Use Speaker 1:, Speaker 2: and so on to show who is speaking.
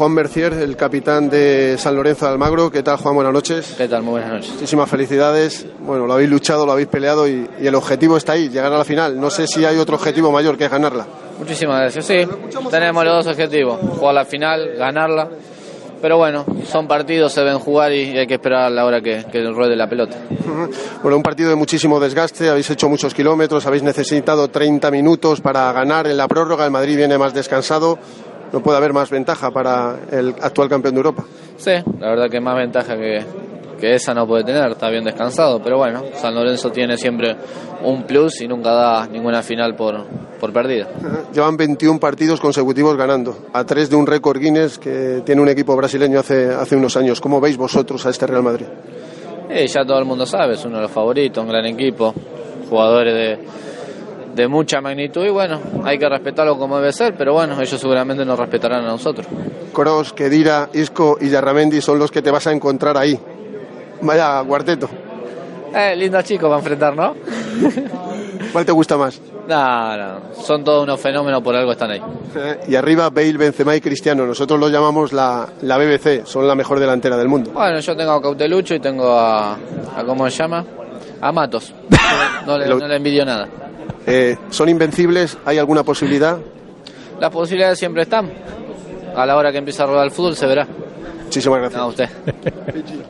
Speaker 1: Juan Mercier, el capitán de San Lorenzo de Almagro. ¿Qué tal, Juan? Buenas noches.
Speaker 2: ¿Qué tal? Muy buenas noches.
Speaker 1: Muchísimas felicidades. Bueno, lo habéis luchado, lo habéis peleado y, y el objetivo está ahí, llegar a la final. No sé si hay otro objetivo mayor que es ganarla.
Speaker 2: Muchísimas gracias. Sí, tenemos los dos objetivos, jugar la final, ganarla. Pero bueno, son partidos, se ven jugar y hay que esperar a la hora que, que ruede la pelota.
Speaker 1: Bueno, un partido de muchísimo desgaste, habéis hecho muchos kilómetros, habéis necesitado 30 minutos para ganar en la prórroga, el Madrid viene más descansado no puede haber más ventaja para el actual campeón de Europa.
Speaker 2: Sí, la verdad que más ventaja que, que, esa no puede tener, está bien descansado, pero bueno, San Lorenzo tiene siempre un plus y nunca da ninguna final por, por perdida.
Speaker 1: Llevan 21 partidos consecutivos ganando, a tres de un récord Guinness que tiene un equipo brasileño hace, hace unos años. ¿Cómo veis vosotros a este Real Madrid?
Speaker 2: Eh, ya todo el mundo sabe, es uno de los favoritos, un gran equipo, jugadores de de mucha magnitud y bueno, hay que respetarlo como debe ser, pero bueno, ellos seguramente nos respetarán a nosotros.
Speaker 1: Cross, Kedira, Isco y Yarramendi son los que te vas a encontrar ahí. Vaya cuarteto.
Speaker 2: Eh, lindo chico para enfrentar, ¿no?
Speaker 1: ¿Cuál te gusta más?
Speaker 2: No, no, son todos unos fenómenos, por algo están ahí.
Speaker 1: Eh, y arriba Bale, Benzema y Cristiano, nosotros los llamamos la, la BBC, son la mejor delantera del mundo.
Speaker 2: Bueno, yo tengo a Cautelucho y tengo a, a ¿cómo se llama? A Matos. No, no, le, no le envidio nada.
Speaker 1: Eh, ¿Son invencibles? ¿Hay alguna posibilidad?
Speaker 2: Las posibilidades siempre están. A la hora que empieza a rodar el fútbol se verá.
Speaker 1: Muchísimas gracias.
Speaker 2: No, a usted.